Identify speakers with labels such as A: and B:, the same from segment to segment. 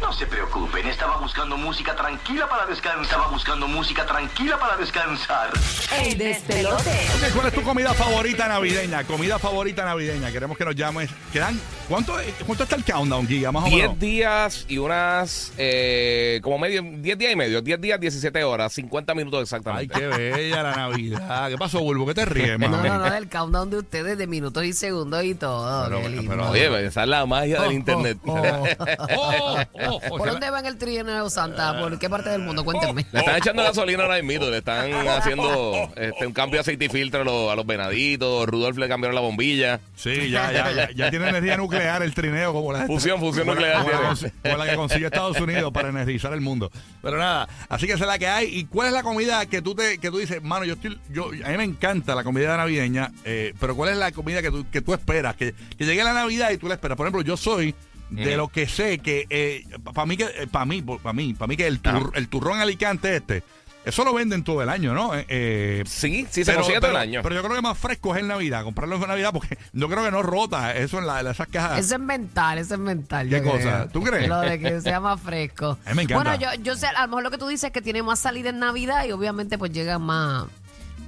A: No se preocupen, estaba buscando música tranquila para descansar. Estaba buscando música tranquila para descansar.
B: El despelote.
C: Ok, Este, ¿Cuál es tu comida favorita navideña? Comida favorita navideña. Queremos que nos llames. ¿Quedan? ¿Cuánto, eh, cuánto está el countdown, Giga? Más o
D: 10
C: menos.
D: días y unas. eh, como medio. 10 días y medio. 10 días, 17 horas. 50 minutos
C: Ay,
D: exactamente.
C: qué bella la Navidad. ¿Qué pasó, Bulbo? ¿Qué te ríes,
B: No,
C: mano?
B: no, no, del countdown de ustedes de minutos y segundos y todo.
C: Pero,
B: qué
C: pero,
B: lindo.
C: pero,
D: Oye, esa es la magia del internet.
C: Oh, oh, oh, oh,
B: ¿Por dónde van el trienio Santa? ¿Por qué parte del mundo? Cuéntenme.
D: Le están echando gasolina ahora mismo, le están haciendo este, un cambio de aceite y filtro a los, a los venaditos, Rudolf le cambiaron la bombilla.
C: Sí, ya, ya, ya, ya tiene energía nuclear el trineo como la
D: Fusión, fusión
C: como la-
D: nuclear
C: como la
D: tiene.
C: cons- como la que consigue Estados Unidos para energizar el mundo. Pero nada, así que esa es la que hay. ¿Y cuál es la comida que tú te, que tú dices, mano, yo estoy, yo, a mí me encanta la comida navideña, eh, pero cuál es la comida que tú, que tú esperas, que, que llegue la Navidad y tú la esperas. Por ejemplo, yo soy de lo que sé que para mí que para mí para mí para mí que el, tur- el turrón Alicante este eso lo venden todo el año no Eh, eh,
D: Sí, sí, se consigue todo el año.
C: pero yo creo que más fresco es en Navidad, comprarlo en Navidad, porque yo creo que no rota eso en, la, en esas cajas.
B: Eso es mental, eso es mental.
C: ¿Qué
B: yo
C: cosa?
B: creo.
C: ¿Tú crees?
B: Lo de que sea más fresco.
C: A mí me encanta.
B: Bueno, yo, yo sé, a lo mejor lo que tú dices es que tiene más salida en Navidad y obviamente pues llega más...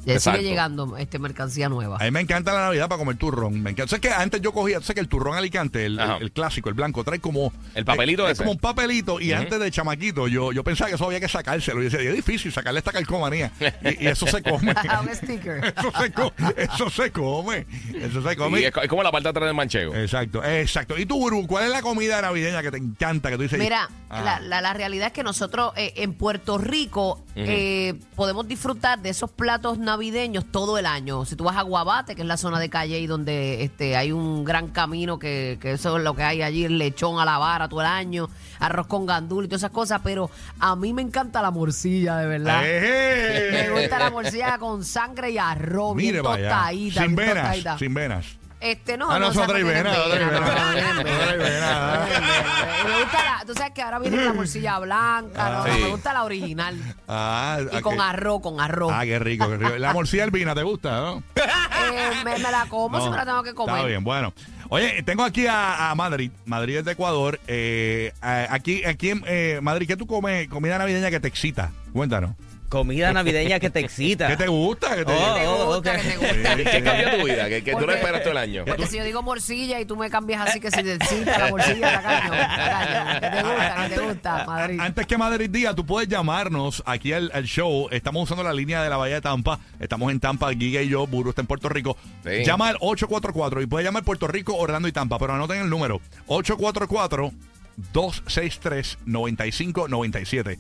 B: ya
D: Exacto.
B: Sigue llegando este mercancía nueva.
C: A mí me encanta la Navidad para comer turrón. Me encanta. Sé que antes yo cogía, sé que el turrón Alicante, el,
D: Ajá.
C: el- el clásico, el blanco, trae como.
D: El papelito
C: es,
D: ese.
C: como un papelito. Y antes de chamaquito, yo, yo pensaba que eso había que sacárselo. Y decía, es difícil sacarle esta calcomanía. Y, y eso se come.
B: Un sticker.
C: eso, se co- eso se come. Eso se come.
D: Y es, co- es como la parte de atrás del manchego.
C: Exacto, exacto. ¿Y tú, Burbu, cuál es la comida navideña que te encanta? Que tú dices.
B: Mira,
C: Ah.
B: la, la- la realidad es que nosotros eh, en Puerto Rico eh, podemos disfrutar de esos platos navideños todo el año. Si tú vas a Guabate, que es la zona de calle y donde este, hay un gran camino, que, que eso es lo que hay allí, el lechón a la vara todo el año, arroz con gandul y todas esas cosas, pero a mí me encanta la morcilla, de verdad.
C: ¡Eh!
B: Me gusta la morcilla con sangre y arroz,
C: Mire,
B: bien
C: vaya.
B: tostadita,
C: sin
B: bien
C: venas,
B: tostadita.
C: sin venas.
B: Este, no,
C: Ah, no,
B: no, esa
C: eso no trae
B: tiene
C: vena, no trae
B: vena, no, no
C: vena, no
B: tiene
C: trae vena.
B: vena. Y Me gusta la, tú sabes que ahora viene la morcilla blanca, no, no,
D: Sí.
B: me gusta la original.
C: Ah,
B: Y
C: ok.
B: con arroz, con arroz.
C: Ah, qué rico, qué rico. La morcilla albina, ¿te gusta? No?
B: Eh, me, me la como si
C: No,
B: me la tengo que comer.
C: Está bien, bueno. Oye, tengo aquí a, a Madrid. Madrid es de Ecuador. Eh, a- aquí, aquí en eh, Madrid, ¿qué tú comes comida navideña que te excita? Cuéntanos.
E: Comida navideña que te excita.
C: ¿Qué te gusta? ¿Qué te
B: Te
E: Oh,
B: gusta,
E: ok.
B: que te gusta.
C: Sí.
D: ¿Qué cambia tu vida? Que, que tú no
B: Porque-
D: esperas todo el año.
C: eh,
B: Porque si yo digo morcilla y tú me cambias así que si te excita la morcilla, la caño, la caño. Que te gusta, que te gusta, Madrid.
C: Ah, Antes que Madrid Día, tú puedes llamarnos aquí al, al show. Estamos usando la línea de la Bahía de Tampa. Estamos en Tampa, Giga y yo, Buru está en Puerto Rico.
D: Sí.
C: Llama al 844 y puedes llamar Puerto Rico, Orlando y Tampa, pero anoten el número. 844 263 9597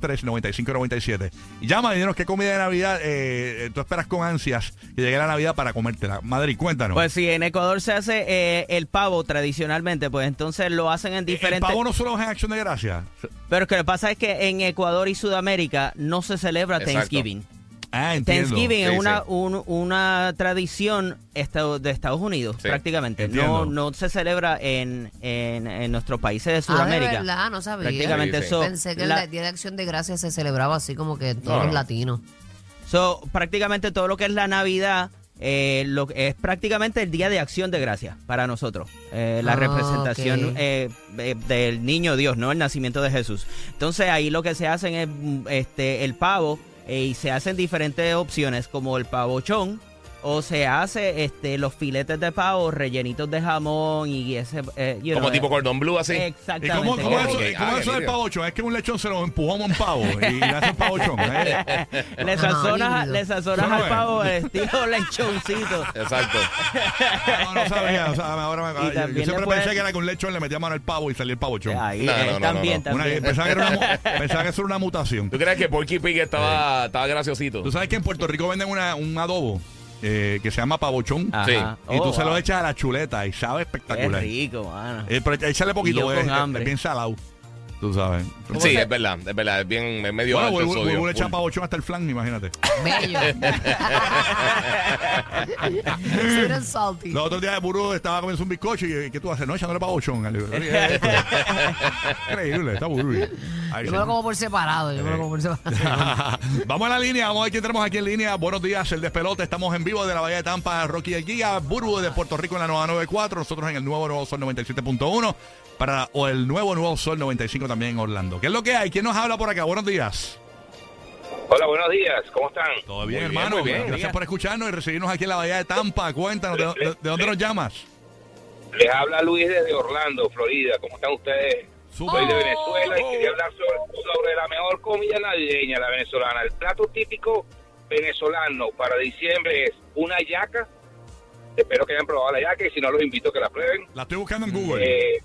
C: 844-263-9597. Llama y dinos qué comida de Navidad eh, tú esperas con ansias que llegue la Navidad para comértela. Madrid, cuéntanos.
E: Pues sí, en Ecuador se hace eh, el pavo tradicionalmente, pues entonces lo hacen en
C: Eh, el
E: diferentes...
C: pavo no solo es en acción de gracia.
E: Pero es que lo que pasa es que en Ecuador y Sudamérica no se celebra
D: Exacto.
E: Thanksgiving.
C: Ah, entiendo.
E: Thanksgiving
D: Sí,
E: es una,
D: sí.
E: un- una tradición estado- de Estados Unidos,
D: Sí.
E: prácticamente.
C: Entiendo.
E: No, no se celebra en, en- en nuestros países de
B: Ah, de
E: Sudamérica.
B: verdad, no sabía.
E: Prácticamente
D: Sí, sí.
E: eso.
B: Pensé que
E: la-
B: el Día de Acción de Gracias se celebraba así como que todos
D: No, no.
B: los latinos.
E: So, prácticamente todo lo que es la Navidad eh, lo, es prácticamente el día de acción de gracias para nosotros. Eh, la
B: Ah,
E: representación
B: ok.
E: eh, eh, del niño Dios, ¿no? El nacimiento de Jesús. Entonces ahí lo que se hacen es mm, este, el pavo eh, y se hacen diferentes opciones como el pavochón o se hace este, los filetes de pavo rellenitos de jamón y ese... eh, you
D: Como
E: know,
D: tipo
E: eh,
D: cordón blue así.
C: ¿Y cómo,
E: Exactamente.
C: cómo
D: Ok,
C: eso,
D: ok.
C: cómo eso
D: Ah, qué
C: del
D: nítido.
C: pavochón? Es que un lechón se lo empujamos en pavo y le hace un pavochón. ¿eh?
E: Le sazonas,
B: Ay,
E: le sazonas
C: ¿Cómo es?
E: al pavo estilo lechoncito.
D: Exacto.
C: eh. No, no sabía. o sea, ahora me-
E: Y
C: yo- yo
E: también le
C: siempre
E: puedes-
C: pensé que era que un lechón le metía mano al pavo y salía el pavochón.
E: Ahí,
D: No,
E: eh,
D: no, no,
E: también,
D: no,
C: Una-
E: también.
C: pensaba, que era una, mu- pensaba que eso era una mutación.
D: ¿Tú crees que Porky Pig estaba, estaba graciosito?
C: Tú sabes que en Puerto Rico venden una, un adobo eh, que se llama pavochón
E: Ajá.
D: Sí.
C: y tú
E: Oh,
C: se lo
E: wow.
C: echas a la chuleta y sabe
E: Qué
C: espectacular.
E: rico, mano.
C: Eh, pero échale
E: Y yo
C: poquito,
E: con
C: es, es- es
E: hambre.
C: bien salado. Tú sabes.
D: Sí, es verdad, es verdad, es bien, es medio
C: Bueno,
D: alto el
C: Burbu-
D: sodio.
C: Burbu le echa pavochón hasta el flan, imagínate.
B: Bello. Sweet and salty.
C: Los otros días Burú estaba comiendo un bizcocho y eh, ¿qué tú haces? No, echándole pavochón. Increíble, está Burú. Ay,
B: Yo me lo como por separado, yo me lo como por separado.
C: vamos a la línea, vamos a ver quién tenemos aquí en línea. Buenos días, el despelote. Estamos en vivo de la Bahía de Tampa, Rocky El Guía, Burbu de Puerto Rico en la 994, nosotros en el nuevo Nuevo Sol 97.1. para o el nuevo Nuevo Sol 95 también en Orlando. ¿Qué es lo que hay? ¿Quién nos habla por acá? Buenos días.
F: Hola, buenos días, ¿cómo están?
C: Todo bien,
D: Muy bien,
C: hermano.
D: muy bien.
C: Gracias por escucharnos y recibirnos aquí en la Bahía de Tampa. Cuéntanos, ¿de, de- de dónde nos llamas?
F: Les habla Luis desde Orlando, Florida, ¿cómo están ustedes? Soy
B: Oh.
F: de Venezuela y quería hablar sobre, sobre la mejor comida navideña, la venezolana. El plato típico venezolano para diciembre es una yaca. Espero que hayan probado la yaca y si no, los invito a que la prueben.
C: La estoy buscando en Google.
F: Eh,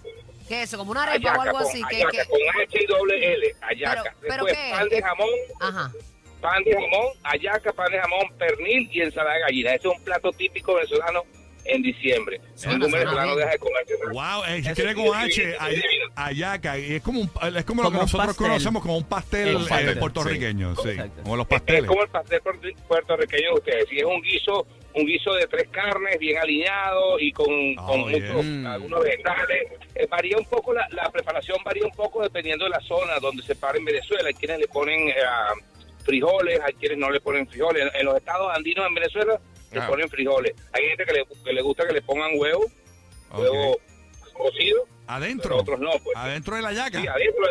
B: ¿Qué es eso? ¿Como una arepa o
F: ayaca
B: algo
F: con,
B: así? ¿Qué,
F: ayaca
B: qué?
F: con H y doble L, ayaca.
B: Pero- pero
F: Después
B: ¿qué?
F: pan de
B: Es-
F: jamón,
B: Ajá.
F: pan de jamón, ayaca, pan de jamón, pernil y ensalada de gallina. Ese es un plato típico venezolano en diciembre.
B: Suena,
F: Ningún
B: suena
F: venezolano
B: bien.
F: deja de comer.
C: Wow, eh,
F: Eso
C: tiene
F: es
C: con H,
F: divino,
C: ay-
F: es divino.
C: ayaca, y es como, un- es como, lo
E: Como
C: que
E: un
C: nosotros
E: pastel.
C: conocemos como un pastel,
E: Un pastel,
C: eh, puertorriqueño, sí,
E: Exacto.
C: como los
F: Es
C: pasteles.
F: como el pastel puerto- puertorriqueño de ustedes. Y es un guiso, un guiso de tres carnes, bien alineado y con,
C: Oh,
F: con
C: yeah.
F: muchos-
E: Mm.
F: algunos vegetales. Eh, varía un poco, la, la preparación varía un poco dependiendo de la zona donde se para en Venezuela. Hay quienes le ponen eh, frijoles, hay quienes no le ponen frijoles. En, en los estados andinos en Venezuela le
D: Ah.
F: ponen frijoles. Hay gente que le, que le gusta que le pongan huevo, huevo cocido, pero
C: Adentro,
F: otros no. Pues.
C: adentro de la yaca.
F: Sí, adentro,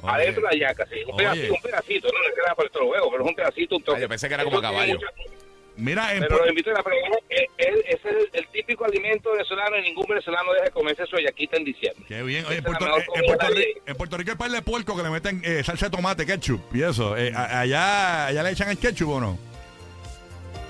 C: Oye.
F: adentro de la yaca, sí. Un
C: Oye.
F: pedacito, un pedacito, no le queda por el huevo, pero es un pedacito, un toque.
D: Ah, yo pensé que era como
F: Eso tiene
D: caballo.
F: mucha-
C: Mira, en
F: Pero
C: Pu-
F: lo invito a la Eh, pregunta, es, es- es el, el típico alimento venezolano y ningún venezolano deja de comerse su yaquita en pues, diciembre.
C: Qué bien. Oye, en,
F: Esa es la
C: Puerto,
F: mejor
C: en- en
F: comida
C: Puerto
F: de la
C: Rico, en Puerto Rico hay par de puerco que le meten eh, salsa de tomate, ketchup y eso. Eh, a- allá, allá le echan el ketchup o no?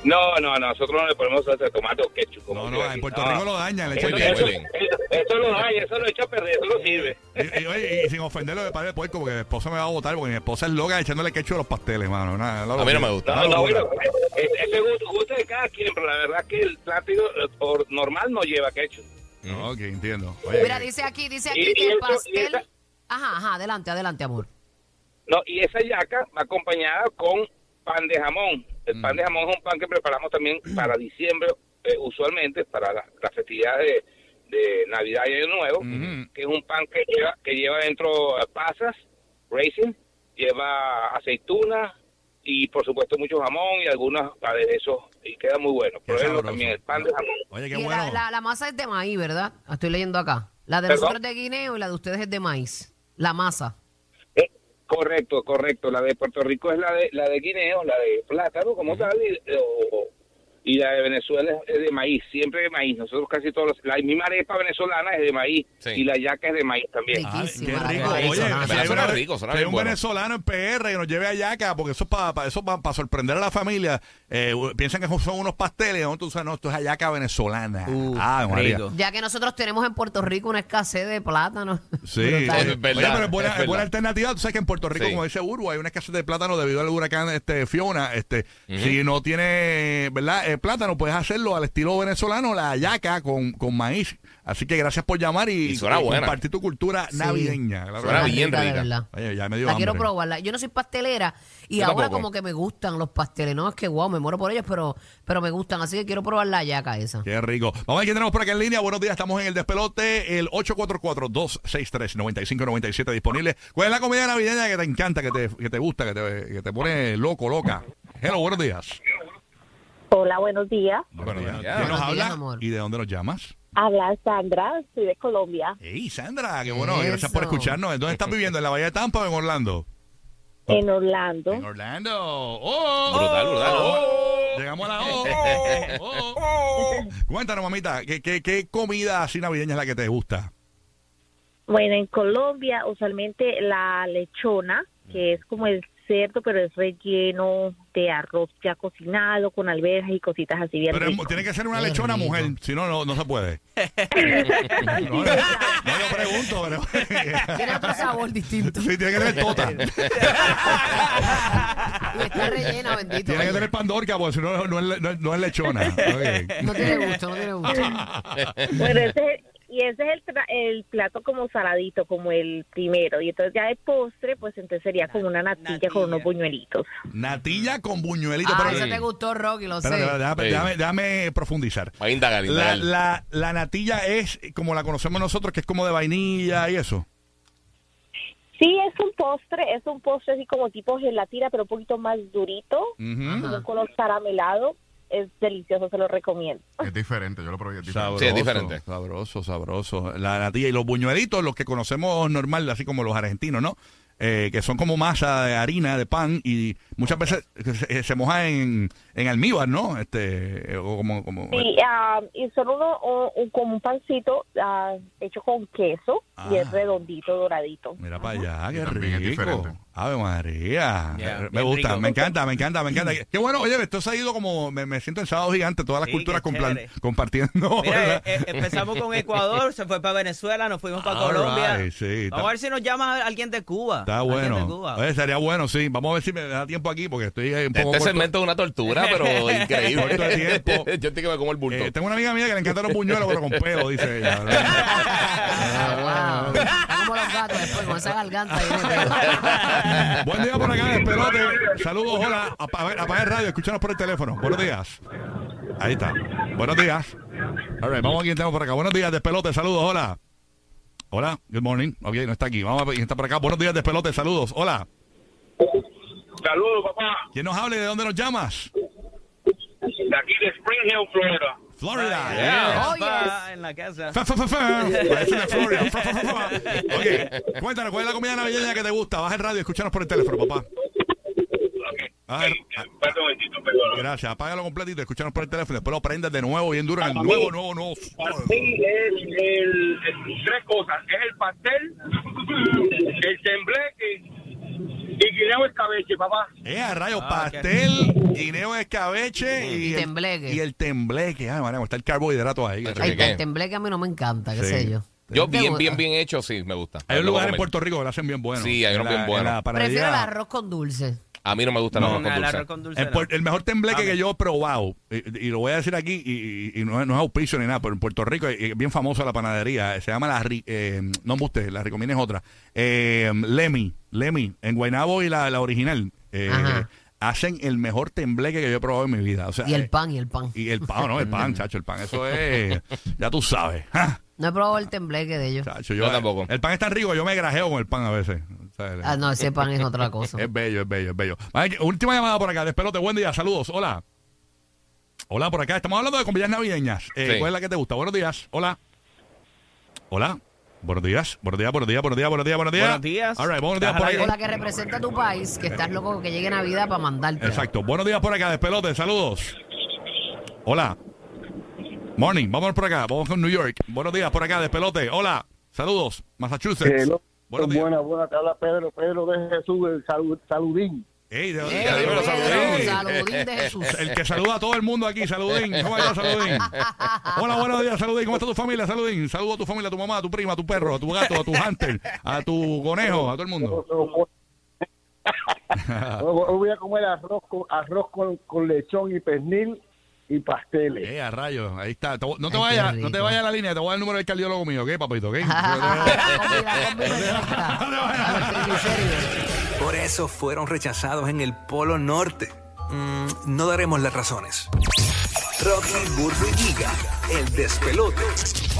F: No, no, no, nosotros no le ponemos salsa de tomate o ketchup. como
C: No,
F: digo
C: no,
F: aquí.
C: en Puerto Rico lo dañan, le
F: Eso,
C: echan
D: Muy bien,
F: eso,
D: muy
C: ketchup.
D: bien.
F: eso lo daña, eso lo echa a perder, eso no sirve.
C: Y, y- oye, y sin ofenderlo de par de puerco, porque mi esposa me va a votar, porque mi esposa es loca echándole ketchup a los pasteles, mano. Nada,
D: A mí no me gusta.
F: No, no, bueno, es- ese gusto, gusto de cada quien, pero la verdad que el platillo eh, or- normal no lleva ketchup.
C: No, ok, entiendo. Oye,
B: Mira, dice aquí, dice aquí
F: Y- y
B: que el
F: eso- y esa-
B: pastel... Ajá, ajá, adelante, adelante, amor.
F: No, y esa yaca va acompañada con pan de jamón. El pan de jamón es un pan que preparamos también para diciembre, eh, usualmente, para la, la festividad de, de Navidad y Año Nuevo, que es un pan que lleva, que lleva dentro eh, pasas, raisin, lleva aceitunas y, por supuesto, mucho jamón y algunos aderezos. Y queda muy bueno. Pruébenlo
C: sabroso.
F: también, el pan de jamón.
C: oye, qué
B: Y
C: bueno.
B: la, la- la masa es de maíz, ¿verdad? La Estoy leyendo acá. La de
F: ¿Perdón?
B: nosotros es de guineo y la de ustedes es de maíz. La masa.
F: Eh, Correcto, correcto. La de Puerto Rico es la de la de guineo, la de plátano como tal, y, o- y la de Venezuela es de maíz, siempre de maíz. Nosotros casi todos, los- la misma arepa venezolana es de maíz
D: Sí.
F: y la yaca es de maíz también.
B: Sí.
C: Ah, qué
B: riquísima,
C: rico.
B: la
C: Oye, si
B: venezolana.
C: hay
D: Suena
C: una-
D: rico, suena
C: si hay
D: bien
C: un
D: bueno.
C: venezolano en PR que nos lleve a Yaca, porque eso es para eso para sorprender a la familia. Eh, piensan que son unos pasteles, ¿no? Tú sabes, no, esto es Ayaca venezolana.
E: Uh,
C: ah, María.
E: rico.
B: Ya que nosotros tenemos en Puerto Rico una escasez de plátanos.
C: Sí,
B: Brutal.
C: Oye,
D: Es verdad,
C: pero es buena,
D: es
C: es buena
D: verdad.
C: alternativa. Tú sabes que en Puerto Rico,
D: Sí.
C: como dice Urbo, hay una escasez de plátano debido al huracán este, Fiona. Este, Si no tiene ¿verdad? Eh, plátano, puedes hacerlo al estilo venezolano, la yaca con, con maíz. Así que gracias por llamar y,
D: Y suena
C: y
D: buena.
C: compartir tu cultura
B: Sí.
C: navideña. Claro.
D: Suena bien
B: de
D: rica.
B: verdad.
C: Oye, ya me dio
B: La
C: hambre.
B: quiero probarla. Yo no soy pastelera y
D: Yo
B: ahora
D: tampoco.
B: como que me gustan los pasteles. No, es que wow, me muero por ellos, pero, pero me gustan. Así que quiero probar la yaca esa.
C: Qué rico. Vamos a ver quién tenemos por acá en línea. Buenos días, estamos en el despelote, el 844-263-9597 disponible. ¿Cuál es la comida navideña que te encanta, que te, que te gusta, que te, que te pone loco, loca? Hello, buenos días.
G: Hola, buenos días.
D: Buenos días.
C: ¿Quién
D: Buenos
C: nos
B: días,
C: habla?
B: amor.
C: ¿Y de dónde nos llamas?
G: Habla Sandra, soy de Colombia.
C: Hey, Sandra, qué bueno. Gracias
B: Eso.
C: por escucharnos. ¿En ¿Dónde estás viviendo? ¿En la Bahía de Tampa o en Orlando?
G: En Orlando.
C: En Orlando. Oh,
D: Brutal,
C: oh,
D: brutal.
C: oh. Llegamos a la O. Oh, oh. Cuéntanos, mamita, ¿qué, qué, qué comida así navideña es la que te gusta?
G: Bueno, en Colombia usualmente la lechona, que es como el cerdo, pero es relleno de arroz ya cocinado con alverjas y cositas así bien
C: Pero es-
G: rico.
C: tiene que ser una
B: Qué
C: lechona
B: rico.
C: mujer, si no, no, no se puede. no, no, no lo pregunto, pero.
B: Tiene otro sabor distinto.
C: sí, tiene que tener tota.
B: Y está rellena, bendito.
C: tiene que tener pandorca, porque si no, no es, no es- no es lechona. Ok.
B: No tiene gusto, no tiene gusto.
G: Bueno, ese es el- y ese es el, tra- el plato como saladito, como el primero. Y entonces ya de postre, pues entonces sería como una natilla, con unos buñuelitos.
C: Natilla con buñuelito.
B: Ah,
C: pero-
B: eso te gustó, Rocky, lo sé.
C: Espérate, espérate, déjame,
D: Sí.
C: déjame- déjame profundizar.
D: Va a indagar,
C: La,
D: indagar.
C: la, la natilla es como la conocemos nosotros, que es como de vainilla y eso.
G: Sí, es un postre, es un postre así como tipo gelatina, pero un poquito más durito.
C: Ujú.
G: como un color caramelado es delicioso, se lo recomiendo.
H: Es diferente, yo lo probé. Es diferente.
C: Sabroso,
D: Sí, es diferente.
C: Sabroso, sabroso. La natilla y los buñuelitos, los que conocemos normal, así como los argentinos, ¿no? Eh, que son como masa de harina, de pan, y muchas veces se, se moja en, en almíbar, ¿no? Este, o como, como,
G: Sí, ah, y son uno, o- o como un pancito ah, hecho con queso y
C: Ah.
G: es redondito, doradito.
C: Mira para allá, qué
H: también es
C: rico.
H: diferente.
C: Ave María.
E: Ya,
C: me
E: bien
C: gusta,
E: rico.
C: me encanta, me encanta, me encanta. Qué bueno, oye, esto se ha ido como, me, me siento en sábado gigante, todas las
E: Sí,
C: culturas
E: qué
C: compla-
E: chévere.
C: compartiendo.
E: Mira, eh,
C: ¿verdad?
E: eh, empezamos con Ecuador, se fue para Venezuela, nos fuimos para
C: All
E: Colombia.
C: right, sí,
E: Vamos
C: está-
E: a ver si nos llama alguien de Cuba.
C: Está
E: Alguien de
C: bueno. Eh,
E: Cuba.
C: Oye, estaría bueno, sí. Vamos a ver si me da tiempo aquí porque estoy ahí un poco
D: Este
C: corto.
D: segmento es una tortura, pero increíble.
C: Corto de tiempo.
D: Yo estoy que me como el bulto.
C: Eh, tengo una amiga mía que le encantan los buñuelos, pero con pelo, dice ella.
B: Ah, wow. Están como los gatos después con esa garganta. llena de pelo.
C: Buen día por acá, despelote. Saludos, hola. Apa- a ver, Apaga el radio, escúchanos por el teléfono. Buenos días. Ahí está. Buenos días. All right, vamos a quien tenemos por acá. Buenos días, despelote. Saludos, hola. Hola, good morning. Ok, no está aquí. Vamos a ver quién está por acá. Buenos días, despelote. Saludos, hola.
F: Saludos, papá.
C: ¿Quién nos habla y de dónde nos llamas?
F: De aquí de Spring Hill, Florida.
C: Florida.
E: Yeah,
B: Oh,
E: está en la casa.
C: eh. Fa, fa, fa, fa. Parece de Florida. Fa, fa, fa, fa. Ok, cuéntanos, ¿cuál es la comida navideña que te gusta? Baja el radio, escúchanos por el teléfono, papá. A ver, a-
F: Espérate un momentito, perdón.
C: gracias, apágalo completito, escúchanos por el teléfono, después lo prendes de nuevo, bien duro, en el nuevo, nuevo, nuevo.
F: Para mí es el, el- tres cosas. Es el pastel, el tembleque y guineo escabeche, papá.
C: Eh, a rayos,
E: Ah, qué
C: pastel, guineo de escabeche y,
B: Y
C: el-
B: tembleque.
C: Y el tembleque, ay, María, está el carbohidrato ahí.
D: Ay,
B: El,
D: ¿Qué?
B: el tembleque a mí no me encanta, qué
C: Sí.
B: sé yo.
D: Yo
B: ¿Te
D: bien,
B: gusta?
D: bien, bien hecho, sí, me gusta.
C: Hay un
D: Lo
C: lugar en
D: comen.
C: Puerto Rico que lo hacen bien bueno.
D: Sí, hay uno
C: En
D: bien
C: la-
D: bueno.
C: en la panadería.
B: Prefiero el arroz con dulce.
D: A mí no me gusta el
E: No,
D: arroz con
E: el
D: dulce.
E: arroz con dulce.
C: En
E: no.
C: Puer- el mejor tembleque
E: Ah,
C: que
E: mira.
C: yo he probado, y, y lo voy a decir aquí, y, y- y no, es- no es auspicio ni nada, pero en Puerto Rico es es bien famosa la panadería, eh, se llama la... Ri- eh, no usted, la recomiendo es otra. Eh, Lemmy, Lemmy, en Guaynabo y la, la original, eh,
B: Ajá.
C: hacen el mejor tembleque que yo he probado en mi vida. O sea,
B: Y
C: eh,
B: el pan, y el pan.
C: Y el pan, no, el pan, chacho, el pan, eso es... Ya tú sabes. ja,
B: No he probado el tembleque de ellos.
C: chacho,
D: Yo tampoco.
C: El pan es tan rico, yo me grajeo con el pan a veces. o sea,
B: Ah, no, ese pan es otra cosa.
C: es bello, es bello, es bello. Vale, que- última llamada por acá, despelote, buen día, saludos, hola. Hola por acá, estamos hablando de comidas navideñas. Eh,
D: Sí.
C: ¿Cuál es la que te gusta? Buenos días, hola. Hola. Buenos días, buenos días, buenos días, buenos días, buenos días, buenos días.
E: Buenos días.
C: All right, buenos días por
E: Ajá,
C: ahí.
B: O la que representa tu país, que estás loco que llegue Navidad para mandarte. Eh,
C: Exacto, buenos días por acá, despelote, saludos. Hola. Morning, vamos por acá, vamos con New York. Buenos días por acá, despelote, hola. Saludos, Massachusetts. buenos días.
I: Buena, buena, te habla Pedro, Pedro de Jesús, el salu- saludín.
C: Ey, de-
B: Eh,
D: Ya,
B: Pedro,
D: dímelo, saludín.
B: saludín de Jesús.
C: El que saluda a todo el mundo aquí, saludín. ¿Cómo estás, saludín? Hola, buenos días, saludín. ¿Cómo está tu familia, saludín? Saludo a tu familia, a tu mamá, a tu prima, a tu perro, a tu gato, a tu hunter, a tu conejo, a todo el mundo.
I: Hoy hoy voy a comer arroz con, arroz con, con lechón y pernil y pasteles.
C: Eh, a rayos, ahí está. Te- No te
B: Ay, qué
C: vayas,
B: rico.
C: no te vayas a la línea, te voy a dar el número del cardiólogo mío, ¿ok, papito? ¿Ok?
B: Comida, comida directa. A los triglicéridos.
J: Por eso fueron rechazados en el Polo Norte. Mm, no daremos las razones. Rocky, Burbu y Giga, el despelote.